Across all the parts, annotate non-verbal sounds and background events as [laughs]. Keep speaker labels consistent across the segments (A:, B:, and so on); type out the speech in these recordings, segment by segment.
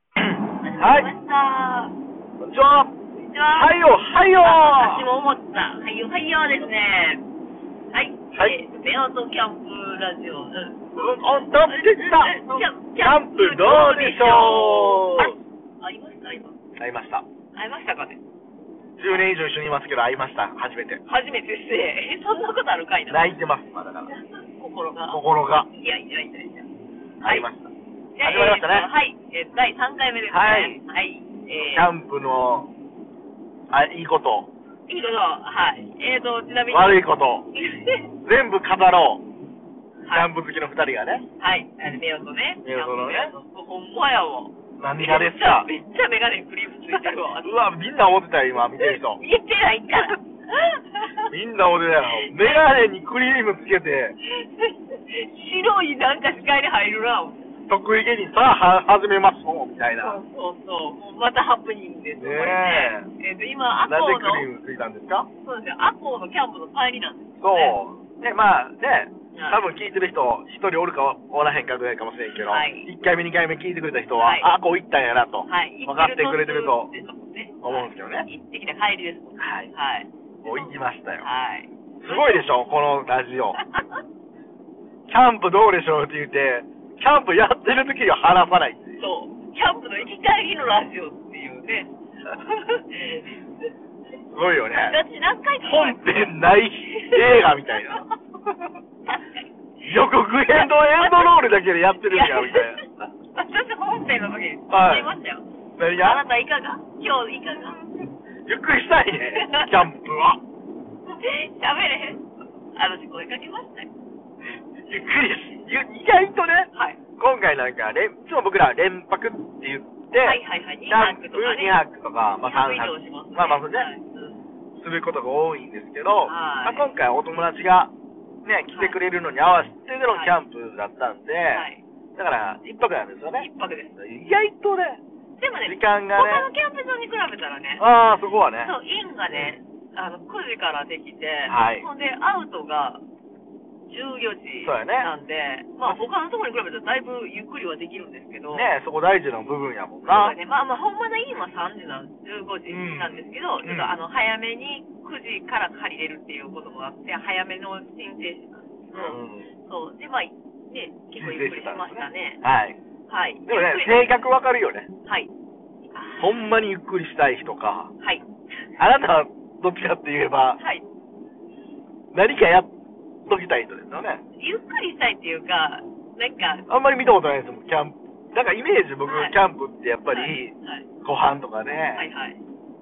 A: はい
B: ました。
A: こんにちは。
B: こんにち
A: は
B: は。
A: いよ、はいよ。
B: あ私も思った。はいよ、はいよですね。はい。
A: はい
B: えー。ベアトキャンプラジオ。うん。
A: うん、おっと、でした。
B: キャン
A: キャンプどうでしょう。
B: うありました今。
A: 会いました。
B: 会いましたかね
A: 10年以上一緒にいますけど、会いました。初めて。
B: 初めてですね。え、そんなことあるかいな。
A: 泣いてます、まだから。
B: 心が。
A: 心が。
B: いやいやいやいや。
A: 会いました。
B: じゃあ
A: 始まりましたね
B: えーとはい。えー第3回目ですね。はい。
A: キ
B: えー
A: ャンプの、あ、いいこと、
B: いいこと、はい。えーと、ちなみに。
A: 悪い
B: [laughs]
A: こと、
B: は
A: 全部語ろう。キャ
B: い
A: ン。プ好きの二人がね。
B: はい。あれ、メヨとね。
A: メヨトのね
B: メヨトほんまやわ。
A: 何がですか
B: めっちゃめっちゃメガネクリームついてるわ。
A: うわ、みんな思ってたよ、今、見てる人。
B: 見てないんか。
A: みんな思ってたよ。メガネにクリームつけて、
B: 白いなんか視界に入るな。
A: 得意げにさあ、は始めましょう、みたいな。
B: そうそう。もうまたハプニングですよ、これね。えっと、今、
A: な
B: ア
A: ん
B: コー
A: で
B: の
A: ク、リームついたんですか
B: そうですよ、アコーのキャンプの帰りなんです
A: そ
B: よね。
A: う。で、まあね、
B: は
A: 多
B: い
A: 分聞いてる人、一人おるかおらへんかぐらいかもしれんけど、
B: はい
A: 一回目、二回目聞いてくれた人は、
B: はい
A: あ、こう行ったんやなと、
B: はい。
A: 分かってくれてると
B: 行って途中ですも
A: 思うんですけどね
B: ね。行ってきた帰りですもんね。
A: はい
B: はい。
A: もう行きましたよ。
B: はい。
A: すごいでしょ、このラ [laughs] ジオ。キャンプどうでしょうって言って、キャンプやってる時は話さないっていう。
B: そう、キャンプの行き帰りのラジオってい
A: [laughs]
B: うね。
A: すごいよね。 [laughs]
B: 私何回か
A: 本編ない映画みたいな。
B: 確かに。
A: 予告編とエンドロールだけでやってるんや、みたいな。
B: な。私本編の時に
A: はい
B: 言いましたよ。
A: 何
B: あ
A: [laughs]
B: な
A: が
B: たいかが今日いかが
A: ゆっくりしたいね、キャンプは。
B: 喋れへん。私声かけましたよ。
A: ゆっくりし、ゆ意外とね、
B: はい。
A: 今回なんか、連いつも僕ら連泊って言って、
B: はいはいはい。
A: キャンプ
B: 二泊とかね
A: 2泊とか、まあ3
B: 以上
A: 泊
B: しますね。
A: まあまあそうね
B: はいうん
A: することが多いんですけど、ま
B: は
A: あ、
B: い
A: 今回お友達が、ね、来てくれるのに合わせての
B: はい
A: キャンプだったんで、
B: はい。
A: だから1泊なんですよね。
B: 一泊です。
A: 意外とね、
B: でもね、
A: 時間がね
B: 他のキャンプ場に比べたらね、
A: ああ、そこはね、
B: そう、インがね、あの9時からできて、
A: はい
B: ほんで、アウトが14時
A: そうやね
B: なんで、まあ、他のところに比べたらだいぶゆっくりはできるんですけど、
A: ね、そこ大事な部分やもん
B: そう
A: な
B: だ。ね、まあまあ、ほんまのインは3時なん、15時
A: うん
B: なんですけど、ちょっ
A: うん
B: とあの早めに9時から借りれるっていうこともあって、早めの申請したんですけ
A: う
B: ど、
A: ん。
B: そう、で、まあ、ね、結構ゆっくりしましたね。
A: はい。
B: はい。
A: でもね、
B: ゆ
A: 性
B: っくり
A: 格わかるよね。
B: はい。
A: ほんまにゆっくりしたい人か。
B: はい。
A: あなたはどっちかって言えば、
B: はい。
A: 何かやっときたい人ですよね。
B: ゆっくりしたいっていうか、なんか、
A: あんまり見たことないですもん、キャンプ。なんかイメージ僕、
B: はい
A: キャンプってやっぱ
B: はい
A: り、
B: はい
A: ご飯とかね、
B: はいはい。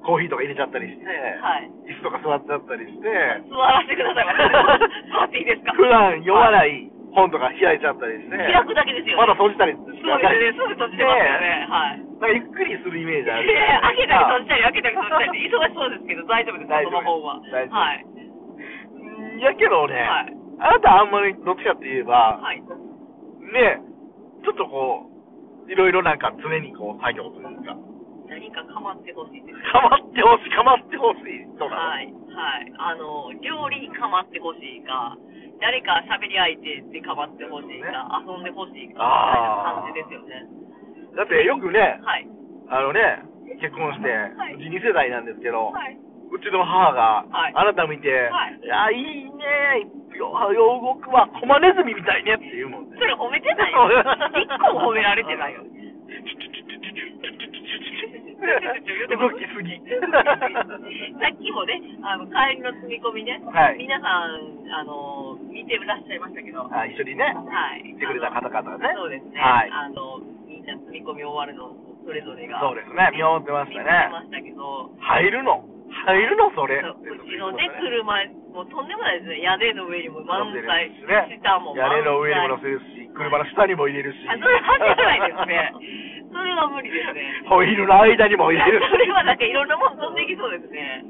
A: コーヒーとか入れちゃったりして、
B: はい。
A: 椅子とか座っちゃったりして、
B: 座らせてください。 [laughs] 座っていいですか
A: 普段読まない本とか開いちゃったりして、
B: 開くだけですよ、
A: まだ
B: そう
A: 閉じたり
B: です
A: して
B: よね。すぐ閉じてますよね。はい。
A: なんかゆっくりするイメージあるじゃない
B: 開
A: です
B: けたり
A: か
B: 閉じたり、開けたり閉じたり。忙しそうですけど、大丈夫です、その方は。はい。
A: いやけどね、
B: はい。
A: あなたあんまりどっちかって言えば、
B: はい。
A: ね、ちょっとこう、いろいろなんか常にこう作業というか、
B: 何か構ってほしいです。
A: かまってほしい、かまってほしい人なの。
B: はい。はい。あの、料理に構ってほしいか、誰か喋り相手で構ってほしいか、遊んでほしいか、みたいな感じですよね。
A: だってよくね、
B: はい。
A: あのね、結婚して、
B: はいう
A: ち2世代なんですけど、
B: はい。
A: うちの母が、
B: はい
A: あなた見て、
B: はい
A: いや、いいねよ、よう動くわ、コマネズミみたいねって言うもんね
B: そ。れ褒めてな
A: [laughs]
B: いよ。一個も褒められてないよ。
A: 動きすぎ。
B: さっきもね、あの帰りの積み込みね、
A: はい
B: 皆さんあの見てらっしゃいましたけど、
A: あ一緒にね、
B: はい、
A: 来てくれた方々ね。
B: そうですね、
A: はい。
B: あのみんな積み込み終わるのそれぞれが、
A: そうですね、見守ってましたね。
B: 見てましたけど、
A: 入るの入るのそれ。
B: そううちのね、車、もうとんでもないですね、屋根の上にも満載、
A: ね
B: 下も
A: 屋
B: 満載。
A: 根の上にも乗せるし、車の下にも入れるし。
B: あ、それは入らないですね。それは無理ですね。
A: ホイールの間にも入れるし。
B: [laughs] それはなんかいろんなもの飛んでいきそうですね。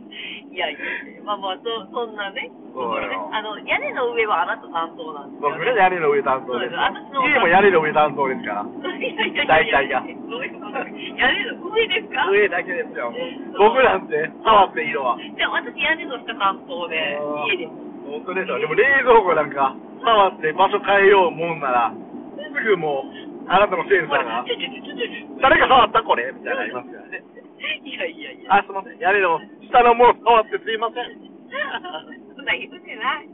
B: いやいやいや、まあまあ、そそんなね、
A: そうだ
B: ね
A: よ
B: あの屋根の上はあなた担当なんです
A: [laughs]
B: よ、
A: 僕ね、屋根の上担当ですよ。
B: そうです私の
A: 家も屋根の上担当ですから。
B: いやいやいや
A: 大体が
B: そういうこと屋根の上ですか
A: 上だけですよ
B: そう
A: 僕なんて、触っていいのは。
B: じゃあ私屋根の下担当で、家です。
A: 本当ですよ。でも冷蔵庫なんか、触って場所変えようもんなら、すぐもう、あなたのセール
B: ほ
A: さ
B: ら
A: んが
B: ちょちょちょちょちょ
A: 誰か触ったこれみたいなのありますからね
B: いやいやいや。
A: あすみませんやれの下のもの触ってすいません
B: そんな言うてない。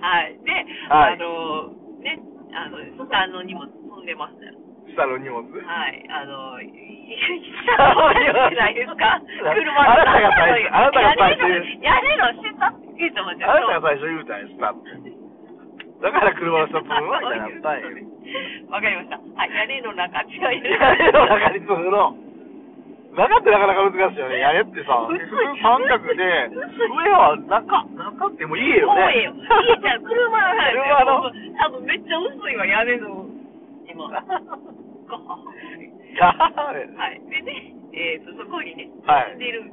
B: はい。で、
A: はい
B: あの、ね、あの、下の荷物飛んでましたよ。
A: 下の荷物
B: はい。あの、い下の荷物じゃないで
A: [laughs]
B: すか。車の
A: あなたが最初あなたが最初
B: やれの、やれの下って言ってました
A: あなたが最初言うたんや下ってだから車の下積むわけじゃなったん
B: [laughs]
A: や
B: わかりました。はい。屋根の中、違う。
A: 屋根の中に積むの中ってなかなか難しいよね屋根ってさ普
B: 薄い
A: 通三角で
B: 薄い
A: 上は中中ってもう家よ
B: もうええ
A: ね
B: よ。家じゃん、車の
A: [laughs]
B: 中ですよ
A: 車の
B: もう多分めっちゃ薄いわ、屋根の。
A: [laughs]
B: 今。ごはん
A: は
B: はい。でね、えーと、そこにね、
A: はい
B: 住んでいる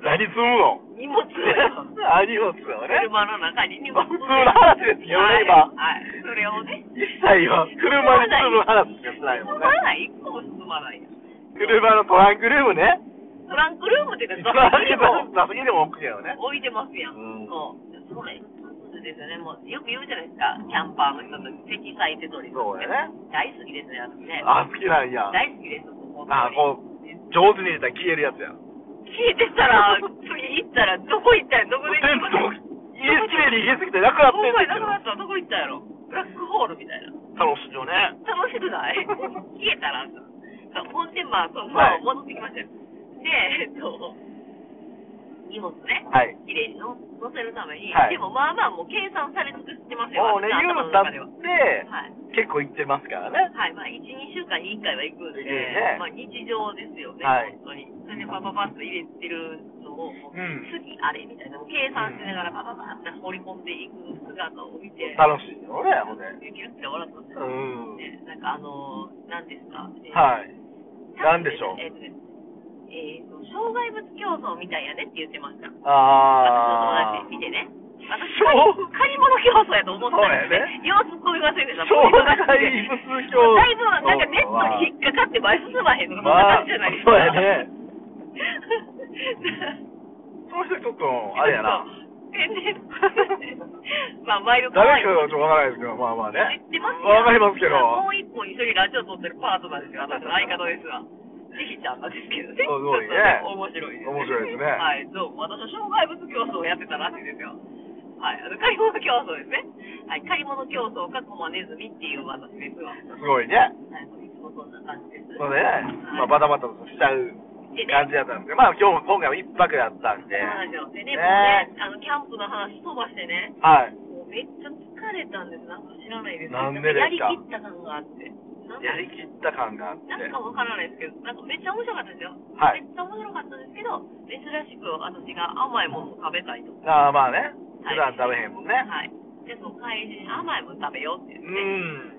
A: 何積
B: [laughs]
A: むの
B: 荷物をよ。
A: あ荷物をね
B: 車の中に荷物を
A: 普通の話ですよね今
B: はい。はいそれをね。
A: 一切は車に積む話しかしないも
B: 進
A: んね
B: まない、一個も進まないよ。
A: 車のトランクルームね
B: トランクルームっていう
A: 一
B: か、
A: 番
B: 座席にも
A: 座席でも置くけどね
B: 置いてますやん。
A: うん
B: そう。それ、そうですよね。もう、よく言うじゃないですか。キャンパーの人たち、席割いて取り。
A: そうやね
B: 大好きですね、あのね。
A: あ好きなんや
B: 大好きです、ここ
A: あこう上手に入れたら消えるやつや
B: 聞いてたら、次行ったら、どこ行ったんやどこで
A: 全部もう入れきれいに入れすぎてなくなって
B: ほん
A: ん
B: ま
A: ね
B: になくな
A: け
B: んったらどこ行ったんやろブラックホールみたいな。
A: ど楽しいよね
B: 楽し
A: [laughs]
B: くない消えたらそうほんで、まあ、そう
A: は
B: まあ、
A: い
B: 戻ってきましたよ。で、えっと、荷物ね、
A: はい
B: きれいにの乗せるために、
A: はい
B: でもまあまあ、もう計算され尽くしてますよ。
A: もうね
B: 私
A: ユー
B: の
A: ロだっ
B: 頭の中
A: て
B: でははい。
A: 結構行ってますからね
B: はい、まあ、1、2週間に1回は行くんで、
A: いいね
B: まあ、日常ですよね、
A: はい
B: 本当に。それでパパパッと入れてるのを、もう
A: うん
B: 次あれみたいな、もう計算しながらパパパッと放り込んでいく姿を見て、
A: 楽しいよねほんで
B: キュキュって笑ったんです
A: う
B: よ。
A: ん
B: ね、なんかあのー、なんですか、えー
A: はいなんでしょう
B: えーとねえーと、障害物競争みたいやねって言ってました。
A: あー
B: 私の友達見てね。私
A: そう
B: 借り物競争やと思ったんですね。よう突っ込みませんでした。
A: 障害物競争
B: だいぶなんかネットに引っかかって前進まへんのがそんな
A: まあ
B: 感じじゃないです
A: そ
B: か。
A: うやね
B: [laughs] な
A: その人ちょっとあれやな。
B: えね [laughs] まあ、毎度可
A: 誰
B: 愛い
A: かはちょっとわからないですけどまあまあね
B: 知ってます
A: わかりますけど
B: もう一本一緒にラジオ撮ってるパートナーですよ、私の相方ですわ。ひひちゃんなんですけどね。
A: すごいね
B: ちょっと面白いです、
A: 面白いですね
B: はい、そう、私は障害物競争をやってたらしいですよ。はい、あの、借り物競争ですね。はい、借り物競争かコマネズミっていう私ですわ。は
A: すごいね
B: い、いつもそんな感じです。
A: それでねまあバタバタとしちゃう
B: でね
A: 感じだったんですけどまあ今日今回は一泊だったんで
B: そうなんですよ。でね、もうね、あの、キャンプの話飛ばしてね、
A: はい
B: もうめっちゃ疲れたんです。なんか知らないですけど。
A: なんでですか
B: やりきった感があって。なんか
A: やりきった感があって
B: なんかわからないですけど、なんかめっちゃ面白かったですよ。
A: はい
B: めっちゃ面白かったんですけど、珍しく私が甘いものを食べたいと。
A: ああまあね
B: は
A: 普
B: い
A: 段食べへんもんね
B: はい。で、その帰りに甘いもの食べようって言
A: う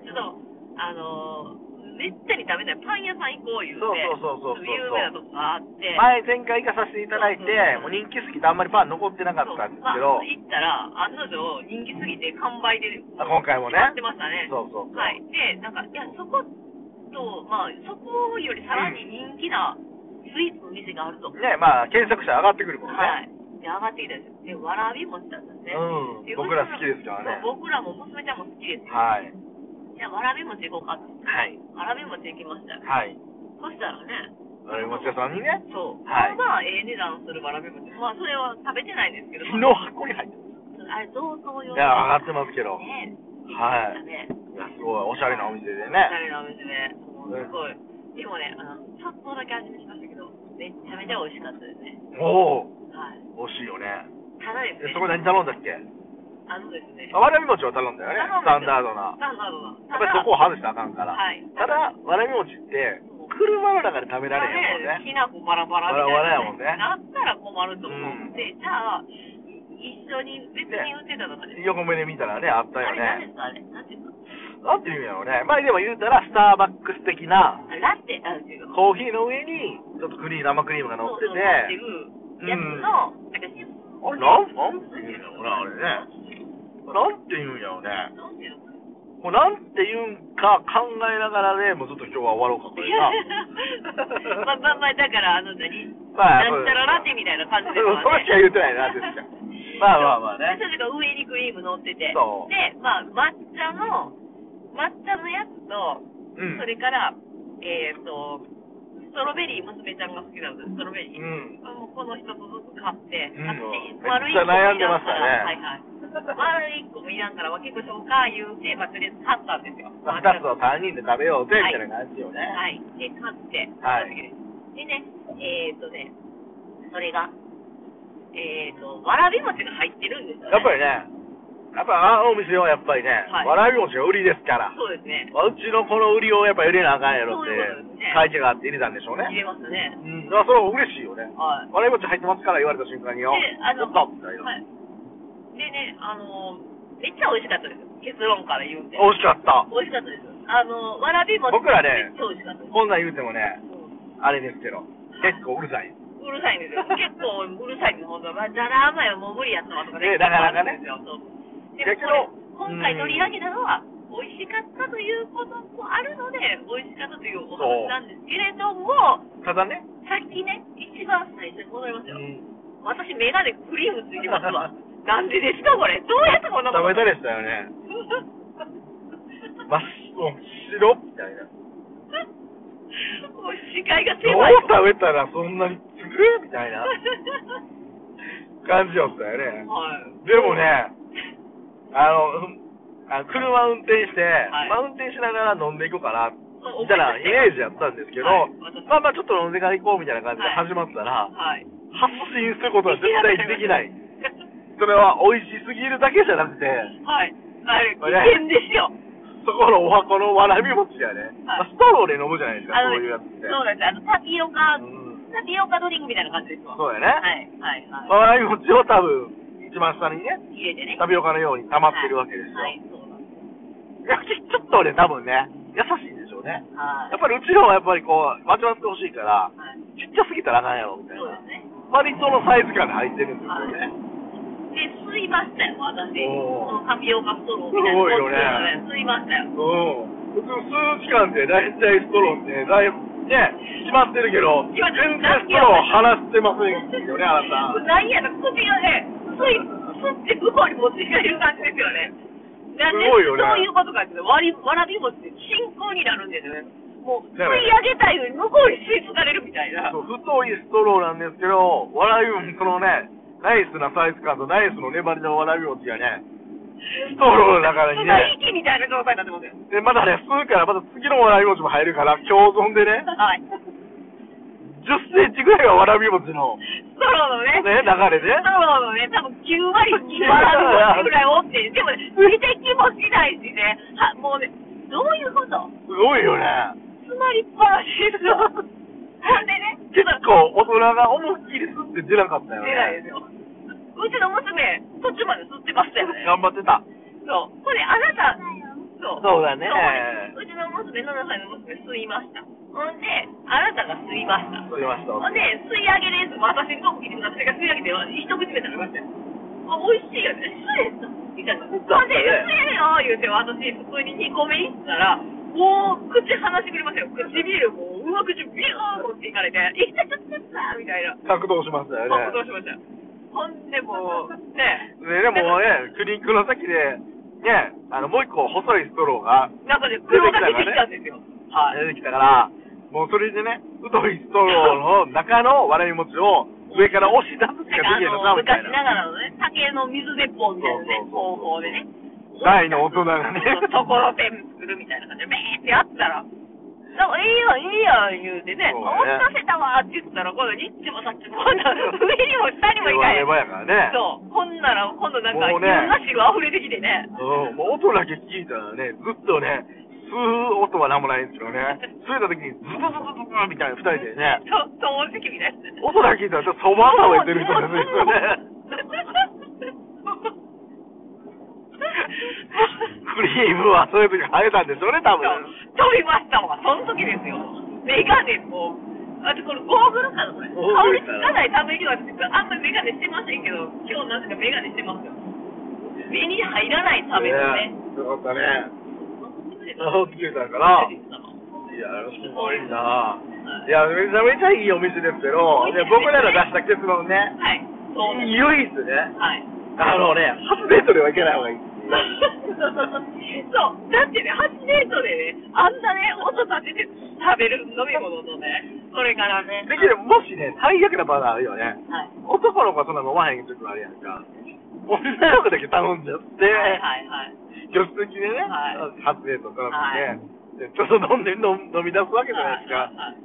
B: って、
A: ん
B: ちょっと、あのー、めったに食べないパン屋さん行こう言うて、
A: そうそうそうそうそう
B: 有名なとこがあって、
A: 前前回行かさせていただいても
B: そうそうそう
A: う人気すぎてあんまりパン残ってなかったんですけ
B: そうま
A: ど
B: あ行ったら、案の定人気すぎて完売で、
A: あ今回もね
B: やってましたね。
A: そうそうそう
B: はい。で、なんか、いや、そこと、まあ、そこよりさらに人気なスイーツの店があると。
A: ねまあ検索したら上がってくるもんね
B: はい。で、上がってきたんですよ。で、わらび餅だったんですね。
A: うん
B: で
A: 僕ら好きですからね
B: そう僕らも娘ちゃんも好きですよ。
A: はい
B: じゃあ、わらび餅行こうかって。
A: はい
B: わらび餅行きましたよ。
A: はい
B: そしたらね、
A: あれ餅屋さんにね
B: そう。
A: はい
B: まあまあ、ええ値段するわらび餅。まあ、それは食べてないんですけど。
A: 昨日箱に入って
B: あれ、どうそうよ。
A: いや上がってますけど
B: ねえ。
A: はい
B: びっくりし
A: いやすごいおしゃれなお店で
B: たね。おしゃ
A: ね
B: れなお店で。もうすごい。でもね、あの、ちょっとだけ味見しましたけど、めちゃめちゃ美味しかったですね。
A: おお
B: はい。
A: 美味しいよね
B: ただです
A: え
B: ね。
A: そこ何頼んだっけ
B: あのですね。
A: あわらび餅を頼んだよね
B: 頼ん
A: ス
B: だ
A: タ
B: ん
A: ン
B: ですよ
A: ダードな
B: スタンダードは。
A: やっぱりそこを外したらあかんから、
B: はい
A: ただわらび餅って車の中で食べられへんもんね
B: きな粉バラバラ
A: バ
B: み
A: ラバラやもん
B: たい
A: ね
B: な。なったら困ると思って、じゃあ、一緒に別に売ってたのかね。
A: 横目で見たらねあったよ
B: あれ何で
A: ね
B: すかあれ。なんていうの
A: なんていうんやろうねまあでも言うたらスターバックス的な
B: あラテなんていうの
A: コーヒーの上にちょっとクリーム生クリームが乗って
B: そうそうなっ
A: て
B: てるやつの、なんかシン
A: あれなんなんていうんやろうなあれねなんていうんやろう [laughs] ねもう
B: なんていうの
A: なんていうんか考えながらねもうちょっと今日は終わろうかこれな
B: [laughs] まあまあまあ、だから、あの、何
A: まあ
B: なんちゃらラテみたいな感じです
A: そ
B: わ
A: うそれしか言うてないな確か
B: [laughs]
A: まあまあまあね
B: そうそれが上にクリーム乗ってて。
A: そう
B: で、まあ、抹茶の、抹茶のやつと、
A: うん
B: それから、えっ、と、ストロベリー、娘ちゃんが好きなんです、ストロベリー。
A: うん
B: もうこの一つずつ買って、
A: うん
B: 私、
A: めっ
B: 丸い
A: ちゃ
B: 個
A: 悩ん
B: もい
A: でま
B: らん
A: し
B: か
A: たね
B: ら、はいはい。丸い個もいらんから、結構消化言うて、まあ、とりあえず買ったんですよ。
A: まあ、2つを3人で食べようぜみたいな感じよね。
B: はい。で、買って、
A: はい
B: でね、えっ、とね、それが、えっ、と、わらび餅が入ってるんですよ、ね。
A: やっぱりね、やっぱあのお店はやっぱりね、
B: はい
A: わらび餅が売りですから、
B: そうですね。
A: うちのこの売りをやっぱ入れなあかんやろっ
B: そう
A: て
B: いうことですね、
A: 会計があって入れたんでしょう
B: 入
A: ね。
B: れますね。
A: うん、だからそれは嬉しいよね。
B: はい。
A: わらび餅入ってますから言われた瞬間に
B: で
A: よ、、
B: あの、
A: ちょっとみたいな
B: はい。でね、あの、めっちゃ美味しかったですよ。結論から言うんで。
A: 美味しかった。
B: 美味しかったです。あの、わらび餅
A: 僕らね
B: めっちゃ美味しかったです。
A: こんなん言うてもね、
B: う
A: あれですけど、結構うるさい。
B: るさいんですよ。結構うるさいんですよ。ほんと、まあ、じゃら甘いはもう無理やったわとか
A: ねなかなかね
B: 結構あるんです
A: だ
B: よ
A: け
B: そう
A: ど
B: でもこれ、今回取り上げたのは、美味しかったということもあるので、美味しかったというお話なんですけれども、
A: ただね、
B: さっきね、一番最初にございます
A: う
B: よ。
A: ん、
B: 私、メガネクリームついてますわ。なんでですか、これ。どうやってこんな
A: ダ
B: こと
A: メだでしたよね。真っ白みたいな。
B: [laughs] もう視界が
A: ど
B: 狭いよ
A: う食べたらそんなにつくみたいな感じだったよね。
B: [laughs] はい。
A: でもね、あの、うんあの車運転して、
B: はい
A: まあ運転しながら飲んでいこうかな、
B: そう、
A: みたいなイメージやったんですけど、
B: はい私
A: まあまあちょっと飲んでから行こうみたいな感じで
B: はい
A: 始まったら、
B: はい。
A: 発信することは絶対できない。
B: は
A: それは美味しすぎるだけじゃなくて、
B: い。はい。
A: これね
B: 危険ですよ。
A: そこのお箱のわらび餅がね、
B: はい
A: まあストローで飲むじゃないですか、
B: あ
A: そ
B: の
A: ういうやつって。
B: そうなんです。あの、タピオカ、
A: うん
B: タピオカドリンクみたいな感じですわ。
A: そうだよ
B: は
A: ね。
B: い。はい。は
A: わらび餅を多分、一番下にね、
B: い。入れてね。
A: タピオカのように溜まってるわけですよ。
B: はい
A: い、
B: はいそうなんです。
A: やちょっとね、多分ね、優しいんでしょうね。
B: は
A: やっぱりうちのはやっぱりこう、味わってほしいから、
B: い。はい。
A: ちっちゃすぎたらあかんやろ、みたい
B: そうで
A: な
B: す。ね。
A: 割とのサイズ感で入ってるんですよね。
B: で、吸いましたよ、私。
A: おー
B: このタピオカストローみたいな。
A: すごいよね
B: 吸いましたよ。
A: うん。普通数時間って大体ストローって、だいね、決まってるけど、
B: 決まってる
A: 全然ストローを離してませんよね、あなた。
B: 何やろ、首がね、つい、つって向こうに持っていかれる感じですよね。なんです
A: ごいよね
B: そういうことかっていうと、わりわらび餅って真空になるんですよね。もう、吸
A: だから
B: い上げたいのに向こうに吸い付かれるみたいな。
A: そう太いストローなんですけど、わらび餅、そのね、ナイスなサイズ感とナイスの粘りのわらび餅がね、ストローの中に
B: そんな
A: ね、
B: 息みたいな状態になってますよ。
A: で、まだね、吸うからまた次のわらび餅も入るから、共存でね、
B: はい。
A: 10センチぐらいはわらび餅の、
B: ストローのね、
A: ね、流れで、
B: ストローのね、多分9割わらび餅ぐらいおっ
A: [laughs]
B: て、でもね、出てきもしないしね、はもうね、どういうこと
A: すごいよね。
B: 詰まりっぱなしですよ。ほんでね、
A: 結構大人が思いっきり吸って出なかったよ
B: 出ないで
A: ね。
B: すよ。うちの娘、途中まで吸ってましたよね。
A: 頑張ってた。
B: そう。これ、あなた、そう。
A: そうだね
B: そううちの娘、7歳の娘、吸いました。ほんで、あなたが吸いました。
A: 吸いました。
B: ほんで、吸い上げです。私の時に私が吸い上げて、一口目食べましたよ。あ、美味しいよね。そうです。みたいな。ほんで、
A: だってね
B: 吸えよ言うて、私、普通に2個目いったら、もう、口離してくれましたよ。唇、もう、うまくビューン持っていかれて、いったちょっとったみたいな。
A: 格闘しましたよ
B: あど
A: ね。
B: うしましたほんでもう、ね、
A: で、でもね、クリンクの先で、ね、あの、もう一個細いストローが
B: なんかね、黒が出てきたんですよ。はい。
A: 出てきたから、もうそれでね、太いストローの中のわらび餅を上から押し出すしかできへんの
B: な
A: なんみ
B: か
A: た
B: あ
A: い
B: の昔な
A: な。
B: がらのね、酒の水鉄砲みたいなね、
A: そう
B: 方法でね。
A: 大の大人がね
B: [laughs] ところてん作るみたいな感じで、べーってやったら、なんかいいよ、いいよ、言うてね、
A: そ
B: お
A: う
B: 持
A: だね
B: たせたわって言ったら、今度、ニッチもさっきも、今度、上にも下にもいかへん
A: レ。バやからね。
B: そう、ほんなら、今度なんか、い
A: も
B: ろ
A: うね
B: んな汁が溢れてきてね。
A: うん、もう音だけ聞いたらね、ずっとね、吸う音はなんもないんですけどね、吸えた時にズブズブズブみたいな二人でね、
B: と、掃除機みたいなやつ。
A: 音だけ聞いたらちょっとそば食べてる人なんですよね。クリームはそういう時生えたんでしょうね、 [laughs] 多分。
B: 飛びましたわ、その時ですよ。メガネも、あとこれゴーグルかな、これ。
A: ゴー
B: 顔
A: グ
B: に
A: ル
B: つ
A: か
B: か
A: な
B: ないためには、私あんまりメガネしてませんけど、今日なぜかメガネしてますよ。目に入らないためにね。
A: えよかったね。
B: そ
A: そうう聞いたから。
B: [laughs]
A: い
B: は
A: や、すごいな。いや、めちゃめちゃいいお店ですけど、で僕らが出した結論ね、
B: い、そうです。
A: 唯一ね、
B: はい。 [laughs]
A: あのね、初デートでは行けない方がいいっていう。
B: そう、だってね、初デートでね、あんなね、音立てて食べる飲み物とね、それからね。
A: できる、もしね、最悪なパターンあるよね。
B: はい。
A: 男の子はそんな飲まへん時もあるやんか。女の子だけ頼んじゃって、
B: はいはいはい。
A: 助手席でね、
B: は
A: 初デートから
B: は
A: ね、でちょっと飲んで飲み飲み出すわけじゃないですか。
B: はいはいはい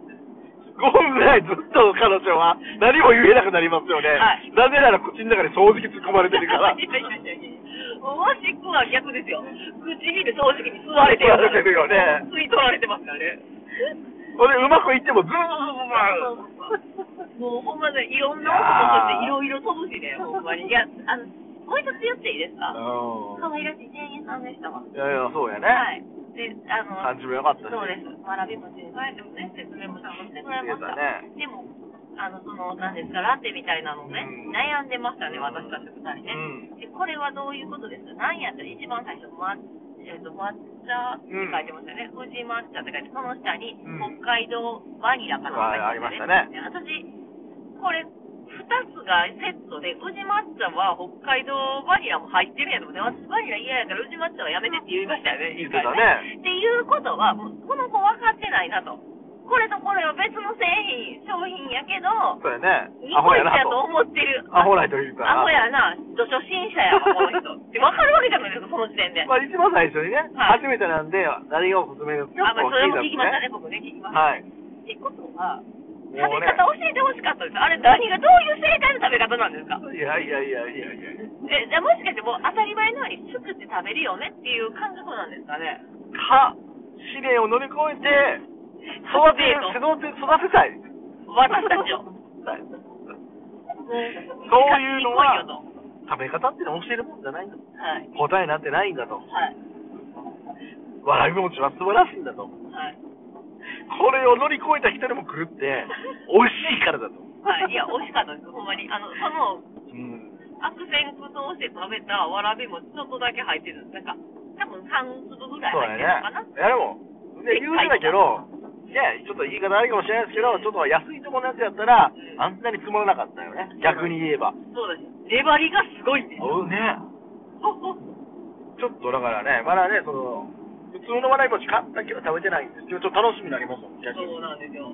A: 5分ぐらいずっと彼女は何も言えなくなりますよね。
B: はい
A: なぜなら口の中に掃除機突っ込まれてる
B: [laughs]
A: から。
B: いやいやいやいやもしくは逆ですよ。唇掃除機に吸われて
A: 吸われてるよね
B: 吸い取られてますからね。
A: 俺うまくいってもずー
B: もうほんまね、いろんな男としていろいろ飛ぶしね、ほんまに。いや、あの、もう一つ言っていいですか可
A: ん。
B: 愛らしい店員さんでしたわ。
A: いやいや、そうやね。
B: はい。で、あの、
A: 感じも良かったし。
B: そうです。学びも正解でもね、説明もちゃんとしてくれました。
A: ね
B: でも、あの、その、なんですか、ラテみたいなのね、
A: うん
B: 悩んでましたね、私たち二
A: う
B: 人
A: ん。
B: ね。でこれはどういうことですかなんやったら一番最初、まえっと抹茶って書いてましたよね、宇治抹茶って書いて、その下に
A: うん
B: 北海道バニラか
A: ああり
B: なん
A: ま
B: か
A: し
B: 書い
A: た
B: て
A: ね
B: で私、これ、2つがセットで、宇治抹茶は北海道バニラも入ってるやろね、私、バニラ嫌やから、宇治抹茶はやめてって言いましたよね、
A: 言って
B: 回
A: たね。
B: っていうことは、もうこの子分かってないなと、これとこれは別の製品、商品やけど、
A: そうやね
B: ニ。
A: アホ
B: コイ
A: や
B: チ
A: な
B: やと
A: と。
B: 思ってる。
A: アホらいというか。
B: アホやな、初心者やわ、この人。って分かるわけじゃないですか、その時点で。
A: まあ一番最初にね、
B: はい
A: 初めてなんで、誰がおすすめですか
B: あ、まあ、それも
A: ん
B: 聞きましたね、僕ね、聞きました。
A: はい。
B: ってことは、食べ
A: もうね
B: 方教えてほしかったです。あれ、何がどういう正解の食べ方なんですか
A: いやいやいやいやいや。
B: え、じゃあもしかしてもう当たり前のように作って食べるよねっていう感覚なんですかね。
A: か、試練を乗り越えて、育
B: 初
A: て
B: デ
A: る
B: ート、
A: 育て、育てたい。
B: 私たちを。
A: [laughs] そういうのは
B: ニコニコよ
A: 食べ方ってのは教えるもんじゃないんだ。
B: とはい。
A: 答えなんてないんだと。
B: はい。
A: わらび餅は素晴らしいんだと。
B: はい。
A: これを乗り越えた人にも来るって、美味しいからだと。
B: はい、いや、美味しかったです、ほんまに。あの、その、
A: うん。
B: 悪戦苦闘して食べたわらびもちょっとだけ入ってるんです。なんか、多分3粒ぐらい
A: そう
B: 入
A: や
B: っ
A: ねいやでも、ね、
B: てるのかな。。
A: 言うてたけど、ね、ちょっと言い方悪いかもしれないですけど、ちょっと安いところのやつやったら、あんなにつまらなかったよね。逆に言えば。
B: そうです。粘りがすごいんです。 [laughs]
A: うね。
B: ほほ
A: ちょっとだからね、まだね、その、普通のわらび餅買ったけど食べてないんですけど、ちょっと楽しみになりますもん、逆に
B: そう。なんですよ。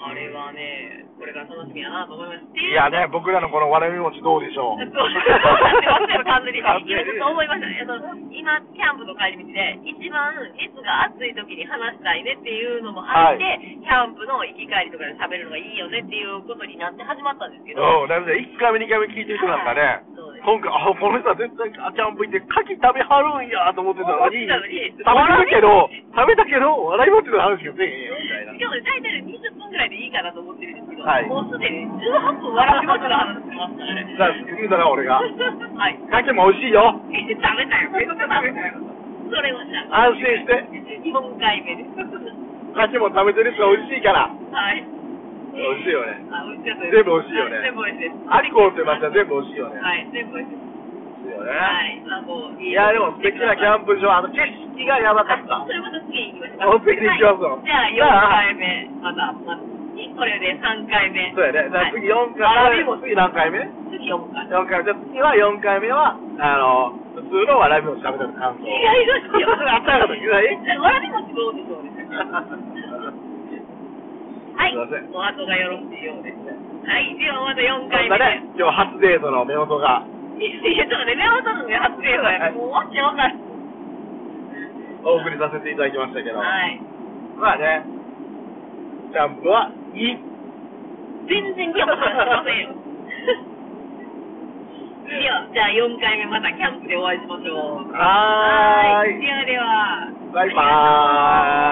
B: あれはね、これが楽しみやなと思います。ってい
A: い
B: う
A: やね、僕らのこのわらび餅どうでしょ
B: [laughs] そう
A: う。
B: そうなってますよ、完全に。
A: 完全
B: 今ちょっと思いましたね。あの今、キャンプの帰り道で、一番熱が暑い時に話したいねっていうのもあって、キャンプの行き帰りとかで喋るのがいいよねっていうことになって始まったんですけど、
A: うん、だって1回目、2回目聞いてる人なんかね、
B: そうです。
A: 今回、あ、この人は絶対キャンプ行って、牡蠣食べはるんやと思ってたのに、食べたけど、食べたけど、笑い餅の話がせえへんよ、みたいな
B: し。かもね大体ね20分ぐらいでいいかなと思ってるんですけど、
A: はい
B: もうすでに18分笑い事の話してますからね。
A: だから、
B: [laughs]
A: 言うたら俺が、
B: はい。
A: 牡蠣も美味しいよ。
B: 食べたよ、めっちゃ食べたよ。それはじゃあ、
A: 安心して、
B: 4回目です。
A: 牡蠣も食べてる人は美味しいから、
B: はい。
A: 美味しいよね。
B: あ、美味しかったです。
A: 全部美味しいよね
B: は全部美味しいです。
A: アリコーって町は全部美味しいよね。
B: はい、全部美味しい
A: 美
B: です。
A: 味しいよ
B: は
A: ね。
B: い。あ、もうい
A: いや、でも素敵なキャンプ場、あの景色がやばかっ
B: あ
A: た
B: そ。れまた次行きましょう。
A: もう次行きますよ
B: はいじゃあ、4回目。また、またこれで3回目。
A: そうやね。だから次4回、
B: はい
A: わらびも次何回目
B: 次4
A: [laughs]
B: 回。
A: 四回目。じゃあ次は4回目は、あの、普通のわらびも食べたの感
B: 違いますよ。
A: 想。あったかと言うない
B: わらび餅どうでしょうね。
A: [laughs]
B: はい。
A: すいません
B: お後がよろしいようです。はい。ではまた
A: [laughs]
B: 4
A: そ
B: 回
A: んな
B: 目で
A: ね、今日初デートの目元が、
B: す。いやちょっとね、目を取るのが初デートやからもうわけわかんない。
A: お送りさせていただきましたけど。
B: はい。
A: まあね、キャンプはいい。
B: 全然キャンプの話しませんよ。では、じゃあ4回目またキャンプでお会いしましょう。
A: はーい
B: ではでは。
A: バイバーイ。